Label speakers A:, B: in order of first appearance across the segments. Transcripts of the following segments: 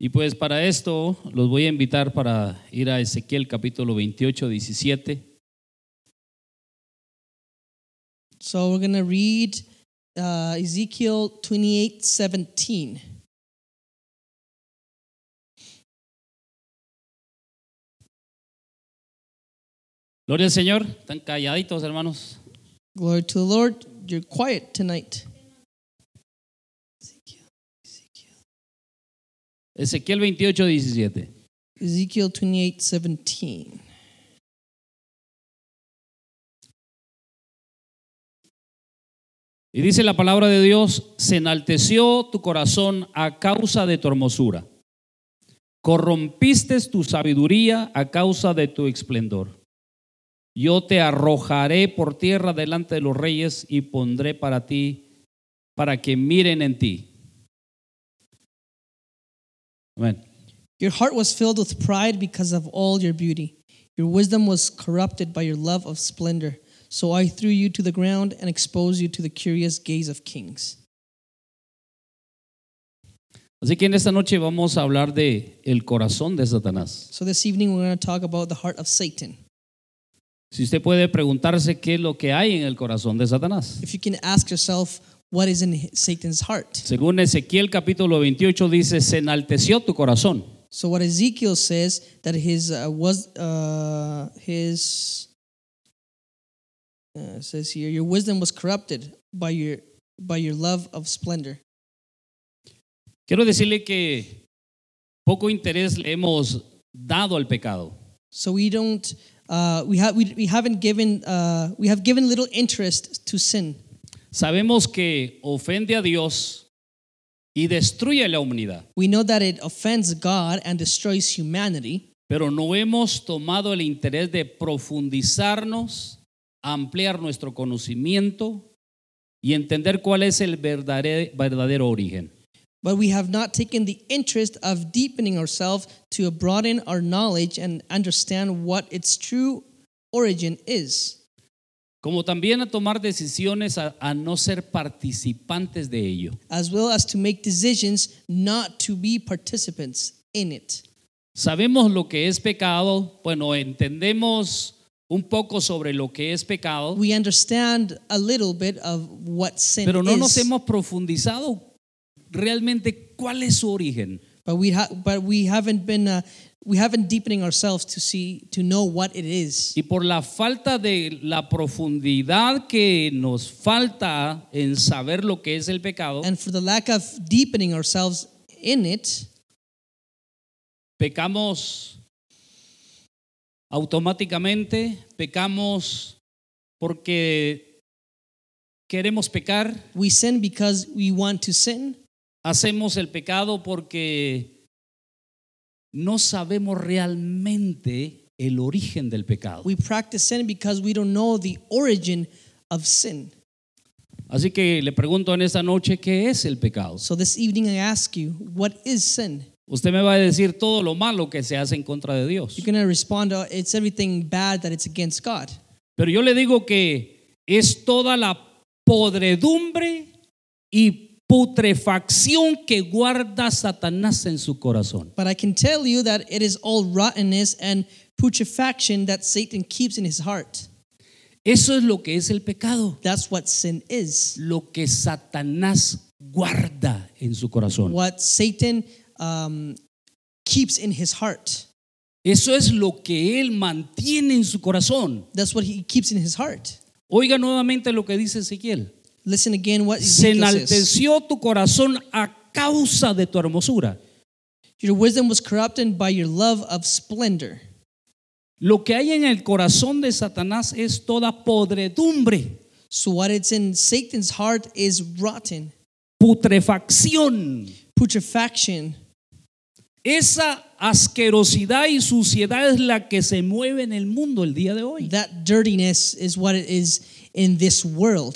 A: Y pues para esto los voy a invitar para ir a Ezequiel capítulo 28, 17.
B: So we're going to read uh, Ezekiel 28 17.
A: Gloria al Señor, están calladitos hermanos.
B: Glory to the Lord. You're quiet tonight.
A: Ezequiel 28, 17.
B: Ezekiel 28 17.
A: Y dice la palabra de Dios, se enalteció tu corazón a causa de tu hermosura. Corrompiste tu sabiduría a causa de tu esplendor. Yo te arrojaré por tierra delante de los reyes y pondré para ti, para que miren en ti. Amén.
B: Your heart was filled with pride because of all your beauty. Your wisdom was corrupted by your love of splendor. So I threw you to the ground and exposed you to the curious gaze of kings.
A: Así que en esta noche vamos a hablar de el corazón de Satanás.
B: So this evening we're going to talk about the heart of Satan.
A: Si usted puede preguntarse qué es lo que hay en el corazón de Satanás.
B: If you can ask yourself, what is in Satan's heart?
A: Según Ezequiel capítulo 28 dice, se enalteció tu corazón.
B: So what Ezekiel says that his uh, was uh, his uh, it says here your wisdom was corrupted by your by your love of splendor.
A: Quiero decirle que poco interés le hemos dado al pecado.
B: So we don't uh, we have we, we haven't given uh, we have given little interest to sin.
A: Sabemos que ofende a Dios y destruye a la humanidad,
B: We know that it offends God and destroys humanity,
A: pero no hemos tomado el interés de profundizarnos, ampliar nuestro conocimiento y entender cuál es el verdadero, verdadero origen.
B: but we have not taken the interest of deepening ourselves to broaden our knowledge and understand what its true origin is.
A: Como también a tomar decisiones a- a no ser participantes de ello.
B: as well as to make decisions not to be participants in it.
A: Sabemos lo que es pecado, bueno, entendemos un poco sobre lo que es pecado,
B: We understand a little bit of what sin
A: pero no
B: is,
A: nos hemos profundizado realmente cuál es su origen.
B: but we ha- but we haven't been uh, we haven't deepening ourselves to see to know what it is.
A: Y por la falta de la profundidad que nos falta en saber lo que es el pecado,
B: And for the lack of deepening ourselves in it,
A: pecamos automáticamente, pecamos porque queremos pecar,
B: we sin because we want to sin.
A: hacemos el pecado porque no sabemos realmente el origen del pecado.
B: We practice sin because we don't know the origin of sin.
A: Así que le pregunto en esta noche, ¿qué es el pecado?
B: So this evening I ask you, what is sin?
A: Usted me va a decir todo lo malo que se hace en contra de Dios.
B: You're gonna respond, uh, it's everything bad that it's against God.
A: Pero yo le digo que es toda la podredumbre y putrefacción que guarda Satanás en su corazón.
B: But I can tell you that it is all rottenness and putrefaction that Satan keeps in his heart.
A: Eso es lo que es el pecado,
B: That's what sin is.
A: lo que Satanás guarda en su corazón.
B: What Satan um, keeps in his heart.
A: Eso es lo que él mantiene en su corazón.
B: That's what he keeps in his heart.
A: Oiga nuevamente lo que dice Ezequiel.
B: Listen again what
A: Se
B: Ezekiel says.
A: enalteció tu corazón a causa de tu hermosura.
B: Your wisdom was corrupted by your love of splendor.
A: Lo que hay en el corazón de Satanás es toda podredumbre,
B: So what it's in Satan's heart is rotten,
A: putrefacción.
B: putrefaction.
A: Esa asquerosidad y suciedad es la que se mueve en el mundo el día de hoy.
B: That dirtiness is what it is in this world.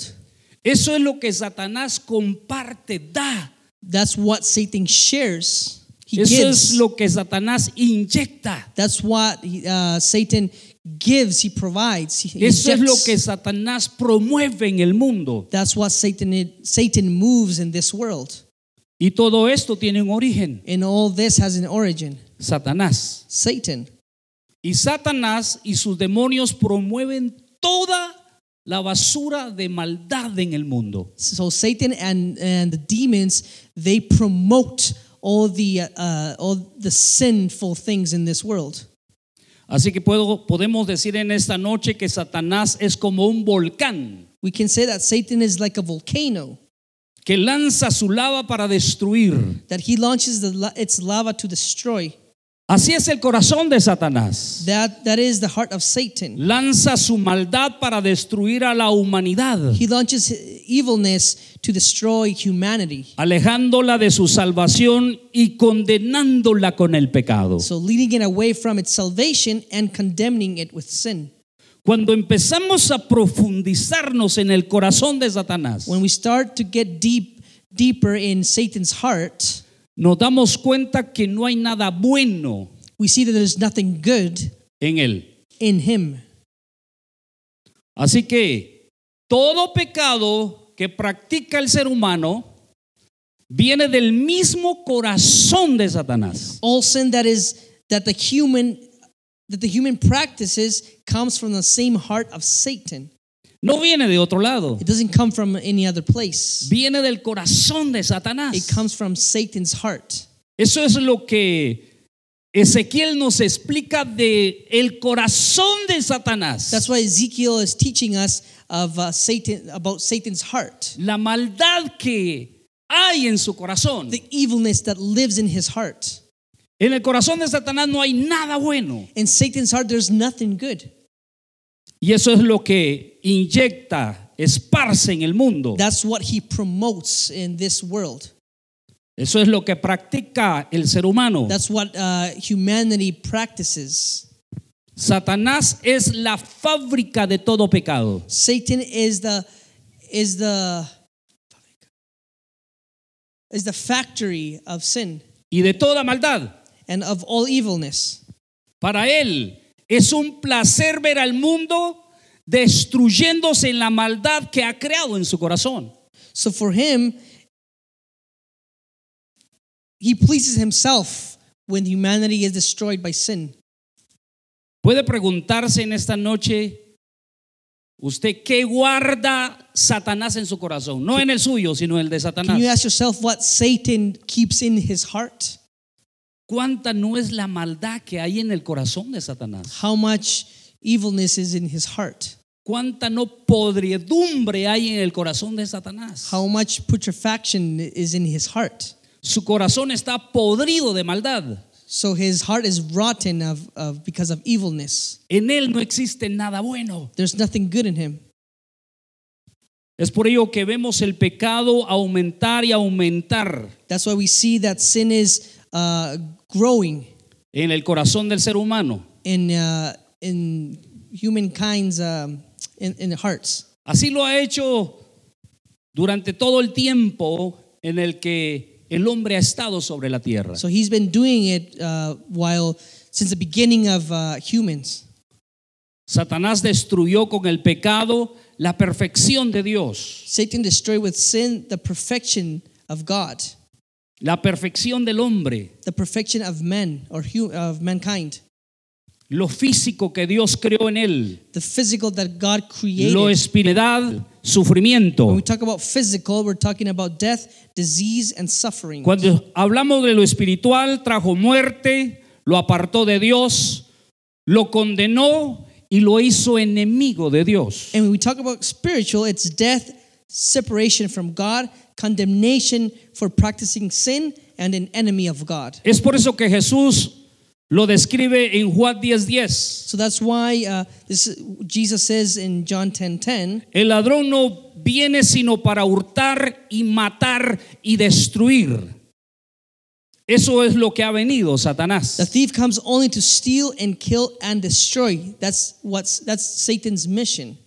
A: Eso es lo que Satanás comparte, da.
B: That's what Satan shares. He
A: Eso
B: gives.
A: es lo que Satanás inyecta.
B: That's what he- uh, Satan gives. He provides. He he
A: Eso es lo
B: injects.
A: que Satanás promueve en el mundo.
B: That's what Satan Satan moves in this world.
A: Y todo esto tiene un origen,
B: And all this has an origin
A: Satanás.
B: Satan.
A: Y Satanás y sus demonios promueven toda la basura de maldad en el mundo.
B: So Satan and, and the demons, they promote all the, uh, all the sinful things in this world.
A: Así que puedo, podemos decir en esta noche que Satanás es como un volcán
B: We can say that Satan is like a volcano,
A: que lanza su lava para destruir.
B: that he launches the, la- its lava to destroy.
A: Así es el corazón de Satanás.
B: That, that is the heart of Satan.
A: Lanza su maldad para destruir a la humanidad,
B: He launches evilness to destroy humanity.
A: alejándola de su salvación y condenándola con el pecado.
B: So leading it away from its salvation and condemning it with sin.
A: Cuando empezamos a profundizarnos en el corazón de Satanás,
B: When we start to get deep deeper in Satan's heart,
A: nos damos cuenta que no hay nada bueno
B: we see that there's nothing good
A: en él.
B: in him.
A: Así que todo pecado que practica el ser humano viene del mismo corazón de Satanás.
B: All sin that is that the human that the human practices comes from the same heart of Satan.
A: No viene de otro lado.
B: It doesn't come from any other place.
A: Viene del corazón de
B: It
A: Satanás.
B: comes from Satan's heart.
A: Eso es lo que Ezequiel nos explica de el corazón de
B: That's
A: Satanás.
B: why Ezekiel is teaching us of uh, Satan about Satan's heart,
A: La maldad que hay en su corazón.
B: the evilness that lives in his heart.
A: En el corazón de Satanás no hay nada bueno.
B: In Satan's heart, there's nothing good.
A: Y eso es lo que inyecta, esparce en el mundo.
B: That's what he promotes in this world.
A: Eso es lo que practica el ser humano.
B: That's what uh, humanity practices.
A: Satanás es la fábrica de todo pecado.
B: Satan is the is the is the factory of sin
A: y de toda maldad.
B: and of all evilness.
A: Para él es un placer ver al mundo destruyéndose en la maldad que ha creado en su corazón.
B: So for him, he pleases himself when humanity is destroyed by sin.
A: Puede preguntarse en esta noche usted qué guarda Satanás en su corazón, no en el suyo, sino el de
B: Can you
A: Satanás.
B: ask yourself what Satan keeps in his heart?
A: ¿Cuánta no es la maldad que hay en el corazón de Satanás?
B: How much evilness is in his heart?
A: ¿Cuánta no podredumbre hay en el corazón de Satanás?
B: How much putrefaction is in his heart?
A: Su corazón está podrido de maldad.
B: So his heart is rotten of, of because of evilness.
A: En él no existe nada bueno.
B: There's nothing good in him.
A: Es por ello que vemos el pecado aumentar y aumentar
B: That's why we see that sin is uh, growing
A: en el corazón del ser humano.
B: in uh, in humankind's um, in, in their hearts.
A: Así lo ha hecho durante todo el tiempo en el que el hombre ha estado sobre la tierra.
B: So he's been doing it uh, while since the beginning of uh, humans.
A: Satanás destruyó con el pecado la perfección de Dios,
B: Satan destroyed with sin the perfection of God,
A: la perfección del hombre,
B: the perfection of men or hu- of mankind,
A: lo físico que Dios creó en él,
B: the physical that God created.
A: lo espiritual, sufrimiento.
B: When we talk about physical, we're talking about death, disease, and suffering.
A: Cuando hablamos de lo espiritual, trajo muerte, lo apartó de Dios, lo condenó y lo hizo enemigo de Dios.
B: And when we talk about spiritual, it's death, separation from God, condemnation for practicing sin, and an enemy of God.
A: Es por eso que Jesús lo describe en Juan 10:10.
B: So that's why uh, this Jesus says in John 10:10,
A: El ladrón no viene sino para hurtar y matar y destruir. Eso es lo que ha venido
B: the
A: Satanás.
B: thief comes only to steal and kill and destroy. That's what's that's Satan's mission.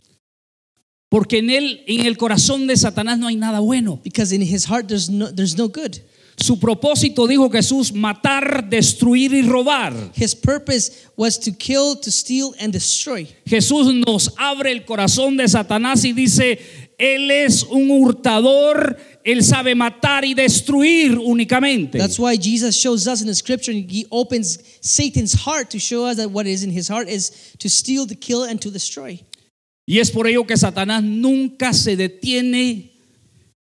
A: Porque en él, en el corazón de Satanás no hay nada bueno.
B: Because in his heart there's no there's no good.
A: Su propósito, dijo Jesús, matar, destruir y robar.
B: His purpose was to kill, to steal, and destroy.
A: Jesús nos abre el corazón de Satanás y dice, Él es un hurtador, él sabe matar y destruir únicamente.
B: That's why Jesus shows us in the scripture, and he opens Satan's heart to show us that what is in his heart is to steal, to kill, and to destroy.
A: Y es por ello que Satanás nunca se detiene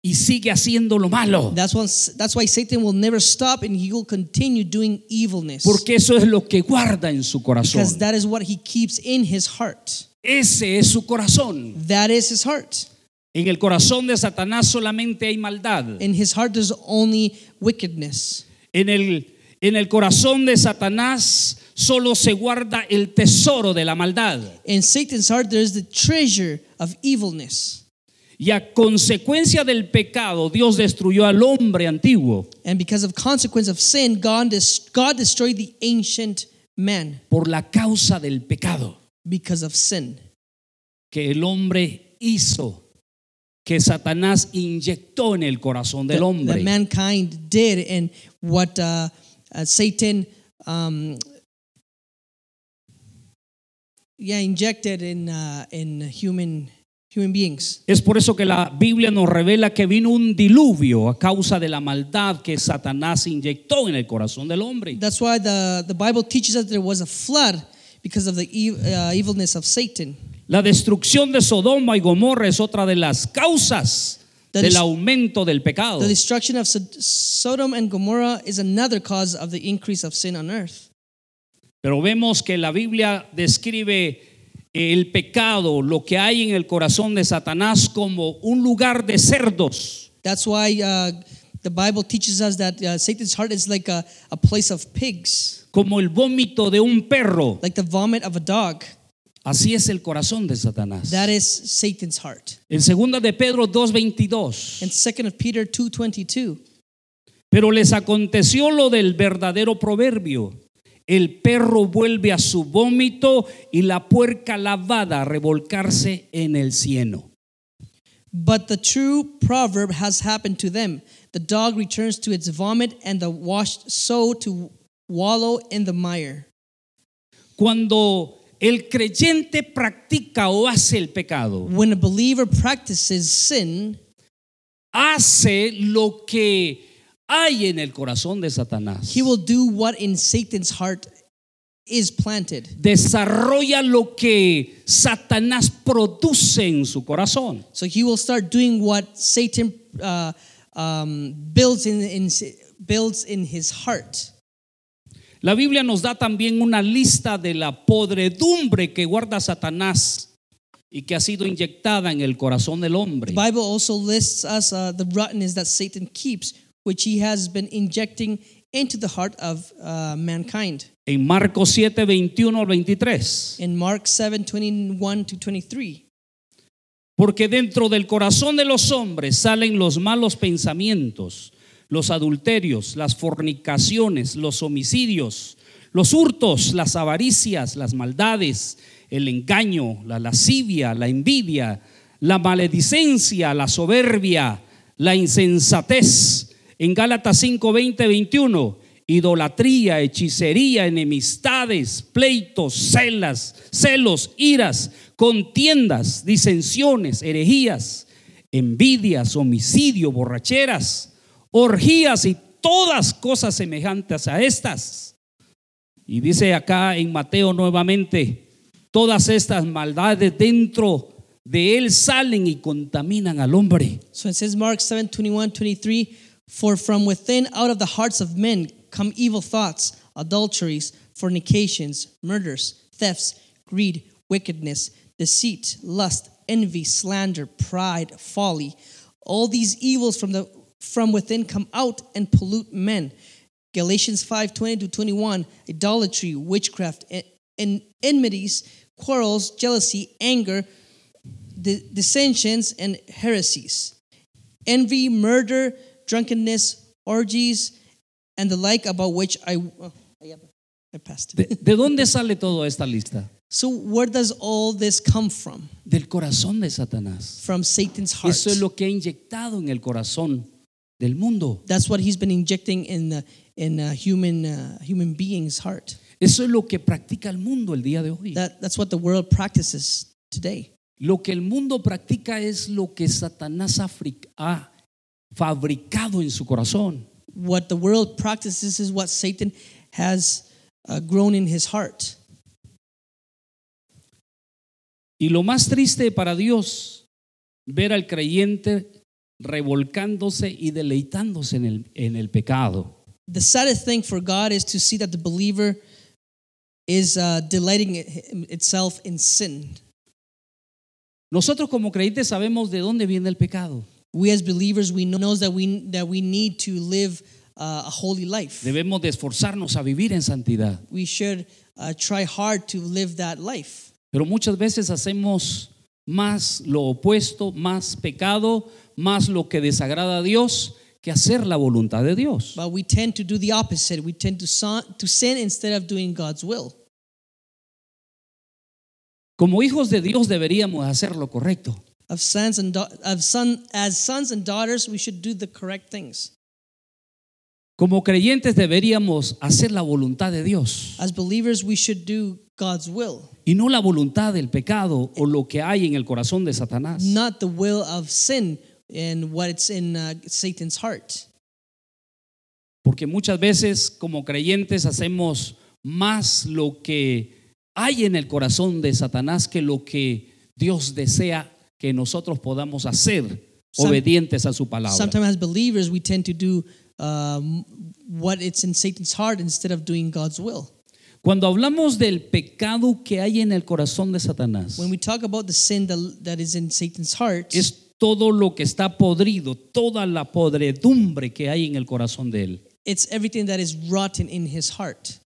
A: y sigue haciendo lo malo.
B: That's why, that's why Satan will never stop and he will continue doing evilness.
A: Porque eso es lo que guarda en su corazón.
B: Because that is what he keeps in his heart.
A: Ese es su corazón.
B: That is his heart.
A: En el corazón de Satanás solamente hay maldad.
B: In his heart, there's only wickedness.
A: En el, en el corazón de Satanás solo se guarda el tesoro de la maldad.
B: In Satan's heart, there's the treasure of evilness.
A: Y a consecuencia del pecado, Dios destruyó al hombre antiguo
B: And because of consequence of sin, God, des- God destroyed the ancient man
A: por la causa del pecado
B: because of sin.
A: que el hombre hizo, que Satanás inyectó en el corazón del
B: that- that
A: hombre.
B: mankind did and what uh, uh, Satan um, yeah injected in uh, in human human beings.
A: Es por eso que la Biblia nos revela que vino un diluvio a causa de la maldad que Satanás inyectó en el corazón del hombre.
B: That's why the the Bible teaches us there was a flood because of the ev- uh, evilness of Satan.
A: La destrucción de Sodoma y Gomorra es otra de las causas
B: The
A: del
B: dest-
A: aumento del pecado.
B: The destruction of Sod- Sodom and Gomorrah is another cause of the increase of sin on earth.
A: Pero vemos que la Biblia describe el pecado, lo que hay en el corazón de Satanás como un lugar de cerdos.
B: That's why uh, the Bible teaches us that uh, Satan's heart is like a, a place of pigs,
A: como el vómito de un perro.
B: like the vomit of a dog.
A: Así es el corazón de Satanás.
B: That is Satan's heart.
A: En segunda de Pedro 2:22.
B: And second of Peter 2:22.
A: Pero les aconteció lo del verdadero proverbio. El perro vuelve a su vómito y la puerca lavada a revolcarse en el cieno.
B: But the true proverb has happened to them. The dog returns to its vomit and the washed sow to wallow in the mire.
A: Cuando el creyente practica o hace el pecado,
B: When a believer practices sin,
A: hace lo que hay en el corazón de Satanás.
B: he will do what in Satan's heart is planted.
A: desarrolla lo que Satanás produce en su corazón.
B: So he will start doing what Satan uh, um, builds, in, in, builds in his heart.
A: La Biblia nos da también una lista de la podredumbre que guarda Satanás y que ha sido inyectada en el corazón del hombre.
B: The Bible also lists us uh, the rottenness that Satan keeps, which he has been injecting into the heart of uh, mankind.
A: En Marcos 7, 21 al 23.
B: In Mark 7 21 to 23.
A: Porque dentro del corazón de los hombres salen los malos pensamientos, los adulterios, las fornicaciones, los homicidios, los hurtos, las avaricias, las maldades, el engaño, la lascivia, la envidia, la maledicencia, la soberbia, la insensatez. En Gálatas 5, 20, 21, idolatría, hechicería, enemistades, pleitos, celas, celos, iras, contiendas, disensiones, herejías, envidias, homicidio, borracheras, orgías y todas cosas semejantes a estas. Y dice acá en Mateo nuevamente, todas estas maldades dentro de él salen y contaminan al hombre.
B: So it says, Mark 7 21 23. For from within, out of the hearts of men, come evil thoughts, adulteries, fornications, murders, thefts, greed, wickedness, deceit, lust, envy, slander, pride, folly. All these evils from the from within come out and pollute men. Galatians 5 20 to 21, idolatry, witchcraft, en- en- enmities, quarrels, jealousy, anger, di- dissensions, and heresies envy, murder, drunkenness, orgies, and the like, about which I oh, I- I passed.
A: ¿De, de dónde sale toda esta lista?
B: So where does all this come from?
A: Del corazón de Satanás.
B: From Satan's heart.
A: Eso es lo que ha inyectado en el corazón del mundo.
B: That's what he's been injecting in the, in uh, human uh, human beings' heart.
A: Eso es lo que practica el mundo el día de hoy.
B: That that's what the world practices today.
A: Lo que el mundo practica es lo que Satanás afric- ha fabricado en su corazón.
B: What the world practices is what Satan has uh, grown in his heart.
A: Y lo más triste para Dios, ver al creyente revolcándose y deleitándose en el, en el pecado.
B: The saddest thing for God is to see that the believer is uh, delighting it- itself in sin.
A: Nosotros como creyentes sabemos de dónde viene el pecado.
B: We as believers, we know that we, that we need to live uh, a holy life.
A: Debemos de esforzarnos a vivir en santidad.
B: We should uh, try hard to live that life.
A: Pero muchas veces hacemos más lo opuesto, más pecado, más lo que desagrada a Dios que hacer la voluntad de Dios.
B: But we tend to do the opposite. We tend to, son, to sin instead of doing God's will.
A: Como hijos de Dios deberíamos hacer lo correcto.
B: Of sons and da- of son, as sons and daughters, we should do the correct things.
A: Como creyentes deberíamos hacer la voluntad de Dios
B: As believers, we should do God's will,
A: y no la voluntad del pecado o lo que hay en el corazón de Satanás.
B: not the will of sin and what it's in uh, Satan's heart.
A: Porque muchas veces como creyentes hacemos más lo que hay en el corazón de Satanás que lo que Dios desea que nosotros podamos hacer
B: Some-
A: obedientes a su palabra.
B: Sometimes, as believers, we tend to do um, what it's in Satan's heart instead of doing God's will.
A: Cuando hablamos del pecado que hay en el corazón de Satanás,
B: When we talk about the sin that, that is in Satan's heart,
A: es todo lo que está podrido, toda la podredumbre que hay en el corazón de él.
B: it's everything that is rotten in his heart.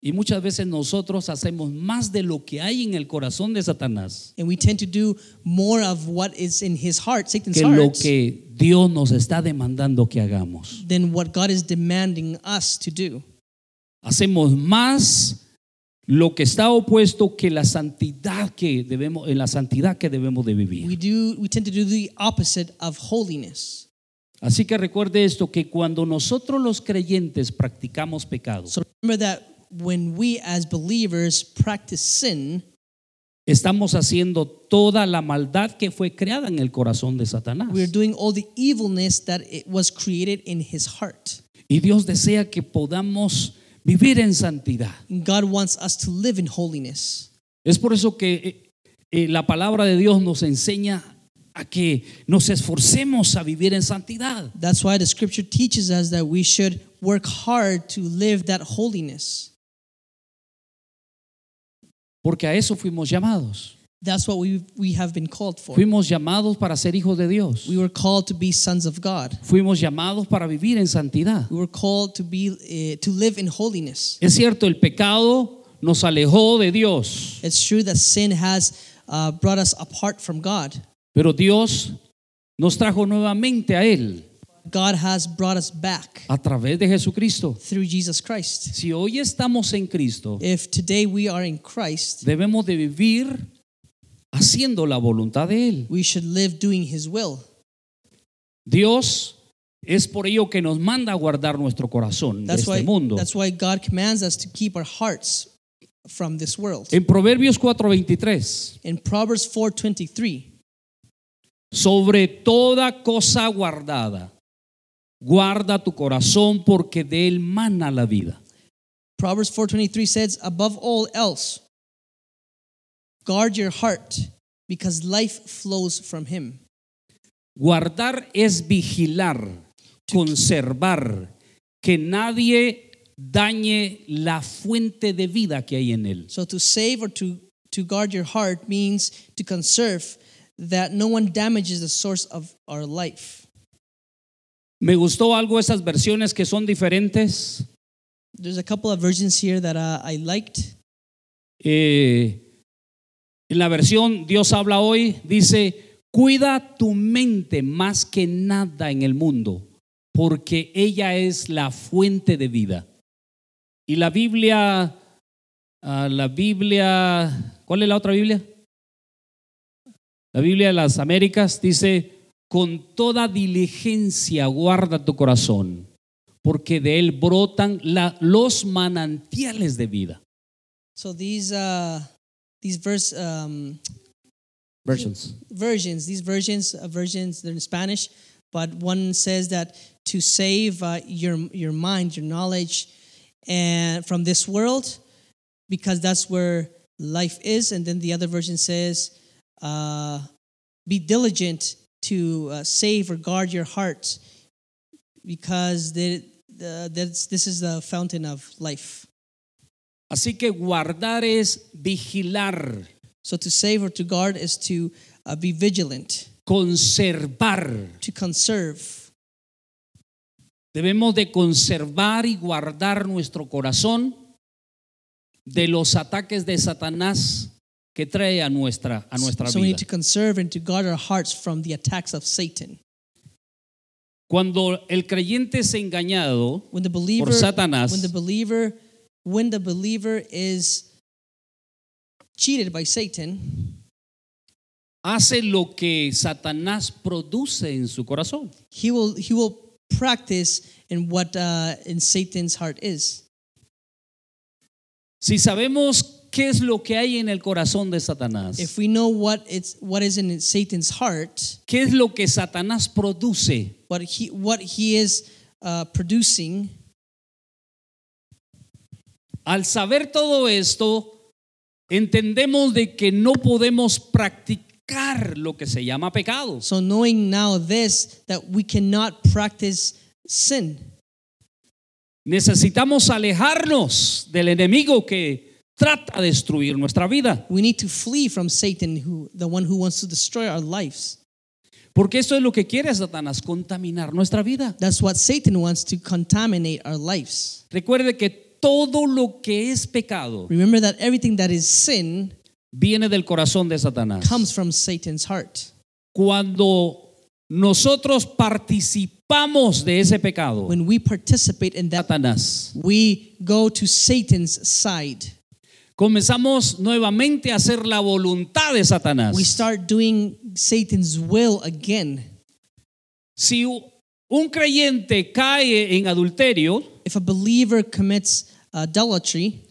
A: Y muchas veces nosotros hacemos más de lo que hay en el corazón de Satanás
B: And we tend to do more of what is in his heart, Satan's
A: que lo
B: heart,
A: que Dios nos está demandando que hagamos.
B: than what God is demanding us to do.
A: Hacemos más lo que está opuesto que la santidad que debemos en la santidad que debemos de
B: We
A: vivir.
B: do we tend to do the opposite of holiness.
A: Así que recuerde esto que cuando nosotros los creyentes practicamos pecado,
B: So remember that when we as believers practice sin,
A: estamos haciendo toda la maldad que fue creada en el corazón de Satanás.
B: we're doing all the evilness that it was created in his heart.
A: Y Dios desea que podamos vivir en santidad.
B: And God wants us to live in holiness.
A: Es por eso que eh, eh, la palabra de Dios nos enseña a que nos esforcemos a vivir en santidad.
B: That's why the scripture teaches us that we should work hard to live that holiness.
A: Porque a eso fuimos llamados.
B: That's what we, we have been called for.
A: Fuimos llamados para ser hijos de Dios.
B: We were called to be sons of God.
A: Fuimos llamados para vivir en santidad.
B: We were called to be uh, to live in holiness.
A: Es cierto, el pecado nos alejó de Dios,
B: It's true that sin has uh, brought us apart from God.
A: pero Dios nos trajo nuevamente a Él
B: God has brought us back
A: a través de Jesucristo.
B: through Jesus Christ.
A: Si hoy estamos en Cristo,
B: If today we are in Christ,
A: debemos de vivir haciendo la voluntad de Él.
B: we should live doing His will.
A: Dios es por ello que nos manda a guardar nuestro corazón de
B: That's
A: este
B: why,
A: mundo.
B: that's why God commands us to keep our hearts from this world.
A: En Proverbios 4:23.
B: In Proverbs 4:23,
A: sobre toda cosa guardada. Guarda tu corazón porque de él mana la vida.
B: Proverbs 4:23 says, "Above all else, guard your heart, because life flows from him."
A: Guardar es vigilar, conservar, que nadie dañe la fuente de vida que hay en él.
B: So to save or to to guard your heart means to conserve that no one damages the source of our life.
A: Me gustó algo esas versiones que son diferentes.
B: There's a couple of versions here that uh, I liked.
A: Eh, en la versión Dios habla hoy, dice, cuida tu mente más que nada en el mundo, porque ella es la fuente de vida. Y la Biblia, ah, la Biblia, ¿cuál es la otra Biblia? La Biblia de las Américas dice, con toda diligencia guarda tu corazón, porque de él brotan la- los manantiales de vida.
B: So these uh, these verse um,
A: versions.
B: versions. These versions, uh, versions, they're in Spanish, but one says that to save uh, your your mind, your knowledge, and from this world, because that's where life is. And then the other version says, uh, be diligent to uh, save or guard your heart, because the, the, that's, this is the fountain of life.
A: Así que guardar es vigilar,
B: So to save or to guard is to uh, be vigilant,
A: conservar.
B: to conserve.
A: Debemos de conservar y guardar nuestro corazón de los ataques de Satanás que trae a nuestra, a nuestra
B: so we
A: vida.
B: need to conserve and to guard our hearts from the attacks of Satan.
A: Cuando el creyente es engañado,
B: When the believer,
A: Satanás.
B: when the believer, when the believer is cheated by Satan,
A: hace lo que Satanás produce en su corazón.
B: he will he will practice in what uh, in Satan's heart is.
A: Si sabemos qué es lo que hay en el corazón de Satanás,
B: If we know what it's what is in Satan's heart,
A: qué es lo que Satanás produce,
B: what he what he is uh, producing,
A: al saber todo esto, entendemos de que no podemos practicar lo que se llama pecado.
B: So knowing now this that we cannot practice sin.
A: Necesitamos alejarnos del enemigo que trata de destruir nuestra vida,
B: We need to flee from Satan, who the one who wants to destroy our lives.
A: porque esto es lo que quiere Satanás, contaminar nuestra vida.
B: That's what Satan wants to contaminate our lives.
A: Recuerde que todo lo que es pecado
B: Remember that everything that is sin
A: viene del corazón de Satanás.
B: comes from Satan's heart.
A: Cuando nosotros participamos de ese pecado,
B: When we participate in that,
A: Satanás,
B: we go to Satan's side.
A: comenzamos nuevamente a hacer la voluntad de
B: We
A: Satanás.
B: start doing Satan's will again.
A: Si u- un creyente cae en adulterio,
B: If a believer commits adultery,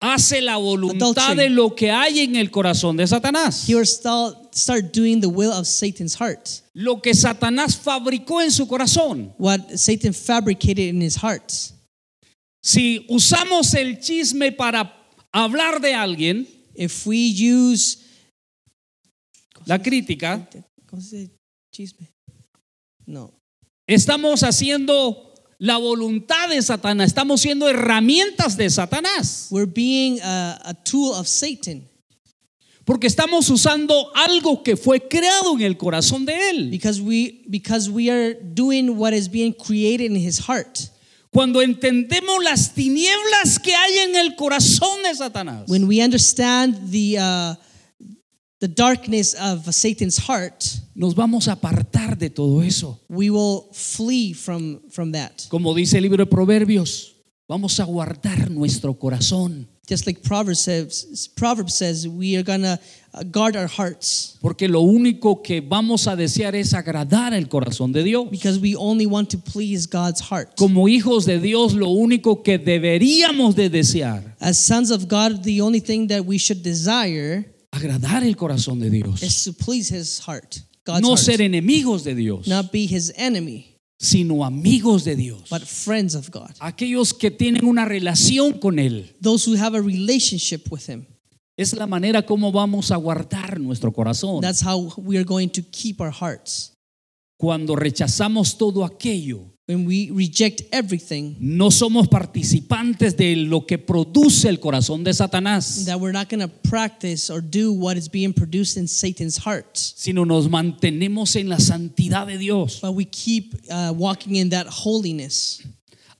A: hace la voluntad
B: Adultery.
A: de lo que hay en el corazón de Satanás.
B: he will start, start doing the will of Satan's heart.
A: Lo que Satanás fabricó en su corazón.
B: what Satan fabricated in his heart.
A: Si usamos el chisme para hablar de alguien,
B: If we use
A: la crítica,
B: ¿Cómo se dice? Chisme. No.
A: Estamos haciendo la voluntad de Satanás, estamos siendo herramientas de Satanás,
B: We're being a, a tool of Satan
A: porque estamos usando algo que fue creado en el corazón de él.
B: because we because we are doing what is being created in his heart.
A: Cuando entendemos las tinieblas que hay en el corazón de Satanás,
B: When we understand the uh, the darkness of Satan's heart,
A: nos vamos a apartar de todo eso.
B: we will flee from from that.
A: Como dice el libro de Proverbios, vamos a guardar nuestro corazón,
B: Just like Proverbs says, Proverbs says, we are gonna uh, guard our hearts.
A: porque lo único que vamos a desear es agradar el corazón de Dios.
B: Because we only want to please God's heart.
A: Como hijos de Dios, lo único que deberíamos de desear
B: As sons of God, the only thing that we should desire
A: agradar el corazón de Dios.
B: is to please his heart, God's
A: No
B: heart.
A: ser enemigos de Dios,
B: Not be his enemy,
A: sino amigos de Dios.
B: but friends of God.
A: Aquellos que tienen una relación con Él.
B: Those who have a relationship with him.
A: Es la manera como vamos a guardar nuestro corazón
B: That's how we are going to keep our hearts.
A: cuando rechazamos todo aquello.
B: When we reject everything,
A: No somos participantes de lo que produce el corazón de Satanás,
B: that we're not going to practice or do what is being produced in Satan's heart,
A: sino nos mantenemos en la santidad de Dios,
B: but we keep uh, walking in that holiness,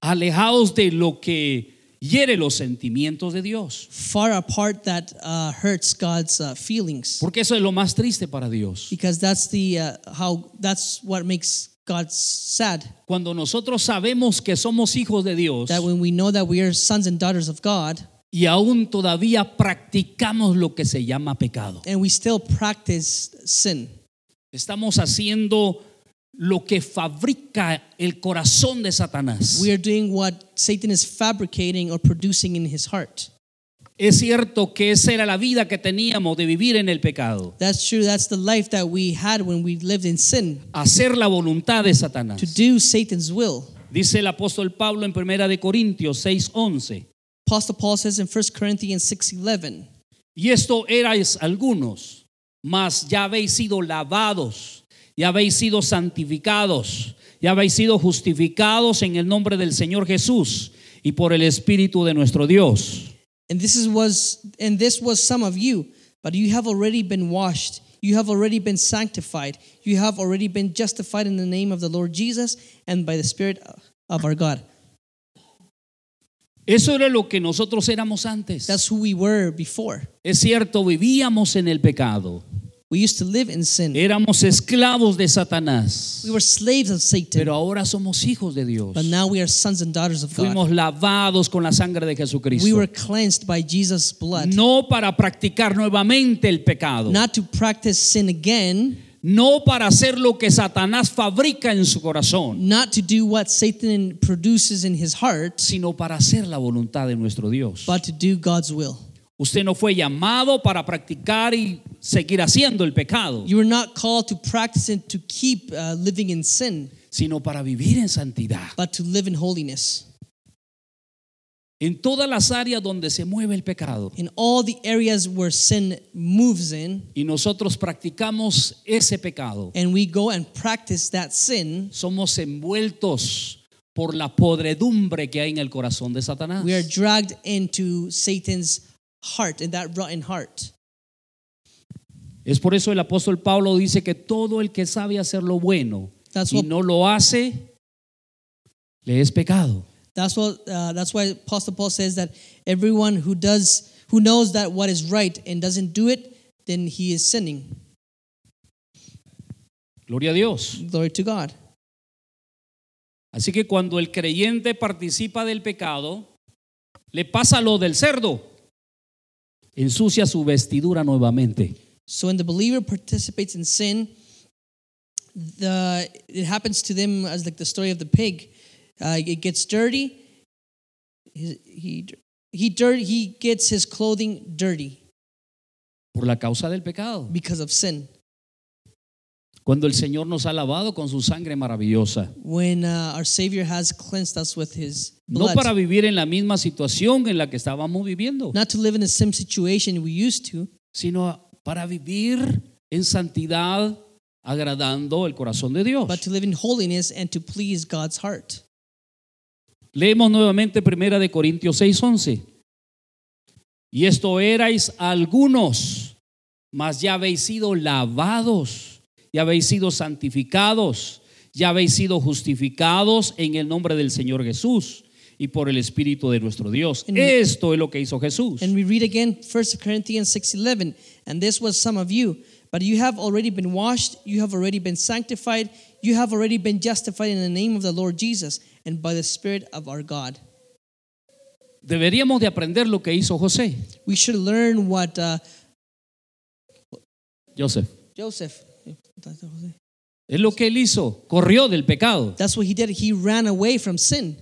A: alejados de lo que hiere los sentimientos de Dios.
B: far apart that uh, hurts God's uh, feelings.
A: Porque eso es lo más triste para Dios.
B: because that's the uh, how that's what makes God sad
A: Cuando nosotros sabemos que somos hijos de Dios
B: that when we know that we are sons and daughters of God
A: y aún todavía practicamos lo que se llama pecado,
B: and we still practice sin
A: estamos haciendo lo que fabrica el corazón de Satanás.
B: we are doing what Satan is fabricating or producing in his heart
A: Es cierto que esa era la vida que teníamos de vivir en el pecado,
B: That's true. That's the life that we had when we lived in sin,
A: hacer la voluntad de
B: to
A: Satanás.
B: do Satan's will.
A: Dice el apóstol Pablo en Primera de Corintios 6:11,
B: Apostle Paul says in 1 Corinthians 6:11,
A: y esto erais algunos, mas ya habéis sido lavados, ya habéis sido santificados, ya habéis sido justificados en el nombre del Señor Jesús y por el Espíritu de nuestro Dios.
B: "And this is was and this was some of you, but you have already been washed, you have already been sanctified, you have already been justified in the name of the Lord Jesus and by the Spirit of our God."
A: Eso era lo que nosotros éramos antes.
B: That's who we were before.
A: Es cierto, vivíamos en el pecado.
B: We used to live in sin.
A: Éramos esclavos de Satanás.
B: We were slaves of Satan,
A: Pero ahora somos hijos de Dios.
B: but now we are sons and daughters of God.
A: Fuimos lavados con la sangre de
B: We
A: Jesucristo.
B: were cleansed by Jesus' blood,
A: No para practicar nuevamente el pecado.
B: not to practice sin again,
A: No para hacer lo que Satanás fabrica en su corazón,
B: not to do what Satan produces in his heart,
A: sino para hacer la voluntad de nuestro Dios.
B: but to do God's will.
A: Usted no fue llamado para practicar y seguir haciendo el pecado,
B: You were not called to practice and to keep uh, living in sin,
A: sino para vivir en santidad.
B: but to live in holiness.
A: En todas las áreas donde se mueve el pecado.
B: In all the areas where sin moves in,
A: y nosotros practicamos ese pecado,
B: and we go and practice that sin,
A: somos envueltos por la podredumbre que hay en el corazón de Satanás.
B: we are dragged into Satan's heart, in that rotten heart.
A: Es por eso el apóstol Pablo dice que todo el que sabe hacer lo bueno
B: That's
A: y
B: what
A: no lo hace, le es pecado.
B: That's what. Uh, that's why Apostle Paul says that everyone who does, who knows that what is right and doesn't do it, then he is sinning.
A: Gloria a Dios.
B: Glory to God.
A: Así que cuando el creyente participa del pecado, le pasa lo del cerdo. Ensucia su vestidura nuevamente.
B: So when the believer participates in sin, the it happens to them as like the story of the pig. Uh, it gets dirty. He he he, dirt, he gets his clothing dirty
A: Por la causa del pecado.
B: because of sin.
A: Cuando el Señor nos ha lavado con su sangre maravillosa.
B: When uh, our Savior has cleansed us with His
A: No
B: blood,
A: para vivir en la misma situación en la que estábamos viviendo,
B: not to live in the same situation we used to,
A: sino para vivir en santidad agradando el corazón de Dios.
B: but to live in holiness and to please God's heart.
A: Leemos nuevamente Primera de Corintios 6:11. Y esto erais algunos, mas ya habéis sido lavados, ya habéis sido santificados, ya habéis sido justificados en el nombre del Señor Jesús y por el Espíritu de nuestro Dios.
B: En-
A: Esto es lo que hizo Jesús.
B: And we read again 1 Corinthians 6:11, and this was some of you, but you have already been washed, you have already been sanctified, you have already been justified in the name of the Lord Jesus and by the spirit of our God.
A: Deberíamos de aprender lo que hizo José,
B: We should learn what uh,
A: Joseph.
B: Joseph
A: Es lo que él hizo, corrió del pecado.
B: That's what he did. He ran away from sin.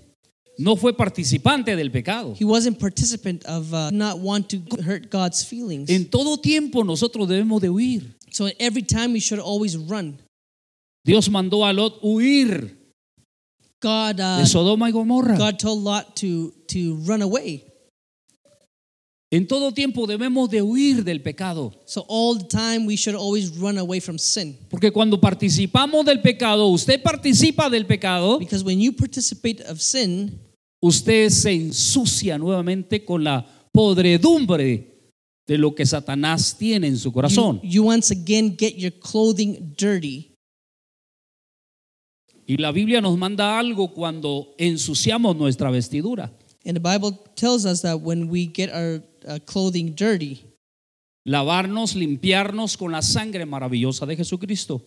A: No fue participante del pecado.
B: He wasn't participant of uh, not want to hurt God's feelings.
A: En todo tiempo nosotros debemos de huir.
B: so every time we should always run.
A: Dios mandó a Lot huir
B: God uh,
A: de Sodoma y Gomorra.
B: God told Lot to to run away.
A: En todo tiempo debemos de huir del pecado,
B: So all the time we should always run away from sin.
A: porque cuando participamos del pecado, usted participa del pecado,
B: Because when you participate of sin,
A: usted se ensucia nuevamente con la podredumbre de lo que Satanás tiene en su
B: you,
A: corazón.
B: you once again get your clothing dirty.
A: Y la Biblia nos manda algo cuando ensuciamos nuestra vestidura.
B: And the Bible tells us that when we get our uh, clothing dirty,
A: Lavarnos, limpiarnos con la sangre maravillosa de Jesucristo.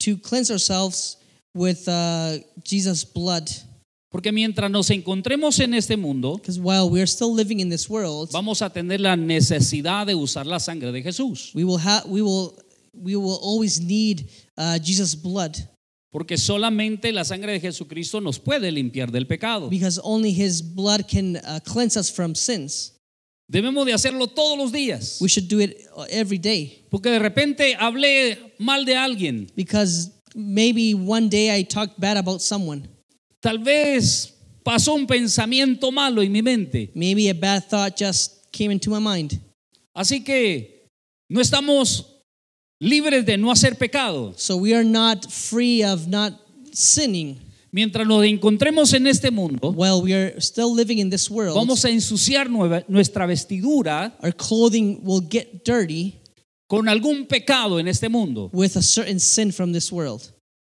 B: to cleanse ourselves with uh, Jesus' blood.
A: Porque mientras nos encontremos en este mundo,
B: Because while we are still living in this world,
A: vamos a tener la necesidad de usar la sangre de Jesús.
B: we will have we will we will always need uh, Jesus' blood
A: Porque solamente la sangre de Jesucristo nos puede limpiar del pecado.
B: because only His blood can uh, cleanse us from sins.
A: Debemos de hacerlo todos los días.
B: We should do it uh, every day
A: Porque de repente hablé mal de alguien.
B: because maybe one day I talked bad about someone.
A: Tal vez pasó un pensamiento malo en mi mente.
B: Maybe a bad thought just came into my mind.
A: Así que no estamos libres de no hacer pecado.
B: So we are not free of not sinning.
A: Mientras nos encontremos en este mundo,
B: While we are still living in this world,
A: vamos a ensuciar nueva- nuestra vestidura
B: our clothing will get dirty
A: con algún pecado en este mundo.
B: with a certain sin from this world.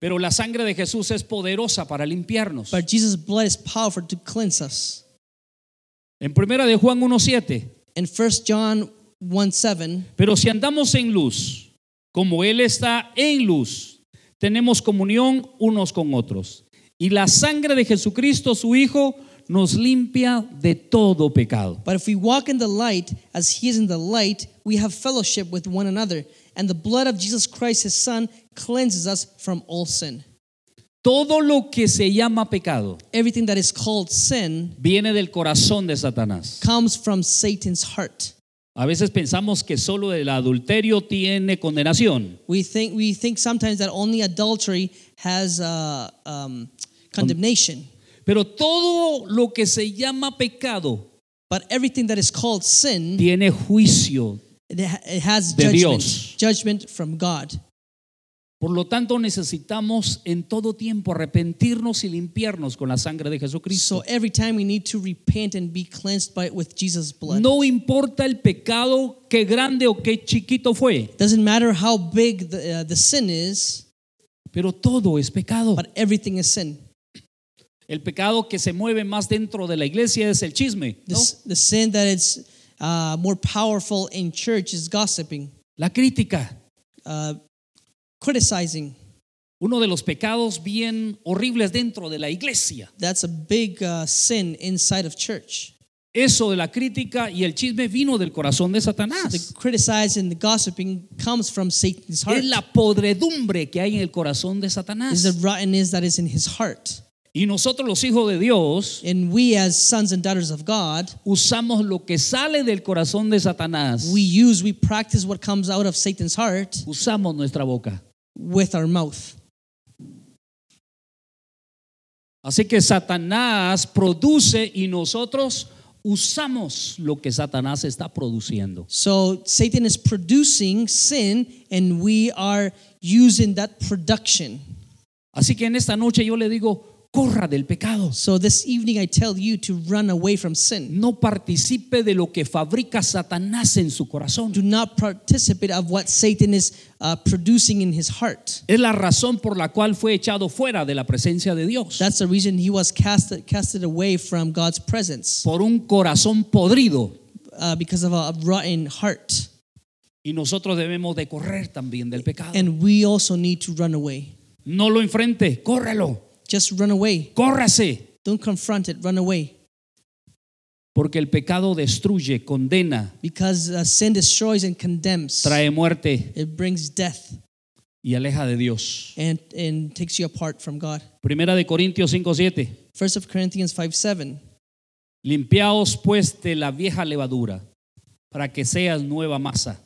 A: Pero la sangre de Jesús es poderosa para limpiarnos.
B: But Jesus' blood is powerful to cleanse us.
A: En primera de Juan 1:7,
B: In 1 John 1 7,
A: pero si andamos en luz, como él está en luz, tenemos comunión unos con otros. Y la sangre de Jesucristo, su hijo, nos limpia de todo pecado.
B: but if we walk in the light as he is in the light, we have fellowship with one another, and the blood of Jesus Christ, his son, cleanses us from all sin.
A: Todo lo que se llama pecado
B: Everything that is called sin
A: viene del corazón de Satanás.
B: comes from Satan's heart.
A: A veces pensamos que solo el adulterio tiene condenación,
B: We think we think sometimes that only adultery has uh, um, condemnation,
A: pero todo lo que se llama pecado
B: but everything that is called sin,
A: tiene juicio.
B: it, ha- it has
A: De
B: judgment,
A: Dios.
B: judgment from God.
A: Por lo tanto, necesitamos en todo tiempo arrepentirnos y limpiarnos con la sangre de Jesucristo.
B: So every time we need to repent and be cleansed by with Jesus' blood.
A: No importa el pecado, qué grande o qué chiquito fue,
B: Doesn't matter how big the, uh, the sin is,
A: pero todo es pecado.
B: but everything is sin.
A: El pecado que se mueve más dentro de la iglesia es el chisme,
B: The,
A: ¿no?
B: s- the sin that is uh, more powerful in church is gossiping,
A: la crítica.
B: uh, criticizing.
A: Uno de los pecados bien horribles dentro de la iglesia.
B: That's a big uh, sin inside of church.
A: Eso de la crítica y el chisme vino del corazón de
B: The
A: Satanás.
B: criticizing, the gossiping comes from Satan's heart.
A: Es la podredumbre que hay en el corazón de
B: Is the
A: Satanás.
B: rottenness that is in his heart.
A: Y nosotros los hijos de Dios
B: And we, as sons and daughters of God,
A: usamos lo que sale del corazón de Satanás,
B: we use, we practice what comes out of Satan's heart
A: usamos nuestra boca.
B: with our mouth.
A: Así que Satanás produce y nosotros usamos lo que Satanás está produciendo.
B: So Satan is producing sin, and we are using that production.
A: Así que en esta noche yo le digo, corra del pecado.
B: So this evening, I tell you to run away from sin.
A: No participe de lo que fabrica Satanás en su corazón.
B: Do not participate of what Satan is uh, producing in his heart.
A: Es la razón por la cual fue echado fuera de la presencia de Dios.
B: That's the reason he was casted casted away from God's presence
A: Por un corazón podrido.
B: uh, because of a, rotten heart.
A: Y nosotros debemos de correr también del pecado.
B: And we also need to run away.
A: No lo enfrente, córrelo,
B: Just run away.
A: córrase.
B: Don't confront it. Run away
A: Porque el pecado destruye, condena,
B: because uh, sin destroys and condemns.
A: trae muerte
B: It brings death.
A: y aleja de Dios.
B: and and takes you apart from God.
A: Primera de Corintios 5:7.
B: First of Corinthians five seven.
A: Limpiaos pues de la vieja levadura, para que seas nueva masa,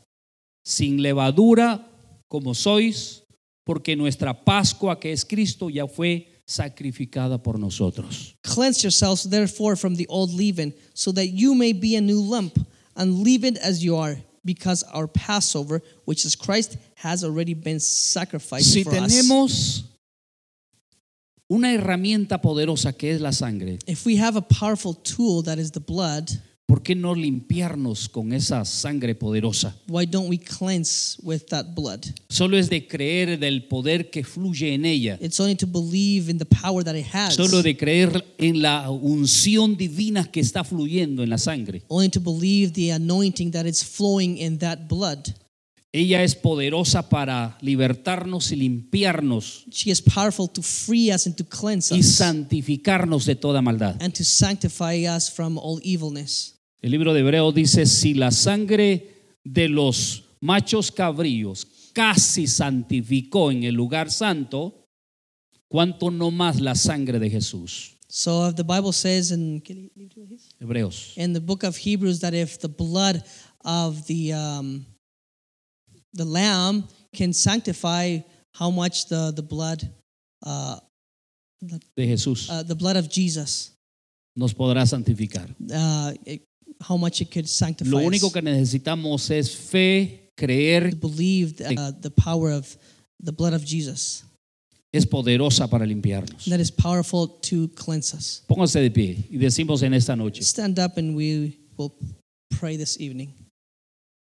A: sin levadura como sois, porque nuestra Pascua que es Cristo ya fue sacrificada por nosotros.
B: Cleanse yourselves therefore from the old leaven, so that you may be a new lump, unleavened as you are, because our Passover, which is Christ, has already been sacrificed
A: Si
B: for us.
A: tenemos una herramienta poderosa que es la sangre,
B: If we have a powerful tool that is the blood,
A: ¿por qué no limpiarnos con esa sangre poderosa?
B: why don't we cleanse with that blood?
A: Solo es de creer del poder que fluye en ella.
B: It's only to believe in the power that it has.
A: Solo de creer en la unción divina que está fluyendo en la sangre.
B: only to believe the anointing that is flowing in that blood.
A: Ella es poderosa para libertarnos y limpiarnos
B: She is powerful to free us and to cleanse
A: y
B: us.
A: santificarnos de toda maldad.
B: and to sanctify us from all evilness.
A: El libro de Hebreo dice, si la sangre de los machos cabríos casi santificó en el lugar santo, ¿cuánto no más la sangre de Jesús?
B: So if the Bible says in
A: Hebreos.
B: in the book of Hebrews that if the blood of the um, the lamb can sanctify how much the the blood uh,
A: de Jesús
B: uh, the blood of Jesus
A: nos podrá santificar.
B: uh, it- how much it could sanctify
A: Lo
B: us.
A: único que necesitamos es fe,
B: To
A: creer,
B: believe uh, the power of the blood of Jesus
A: es poderosa para limpiarnos.
B: that is powerful to cleanse us.
A: Pónganse de pie y decimos en esta noche,
B: Stand up and we will pray this evening.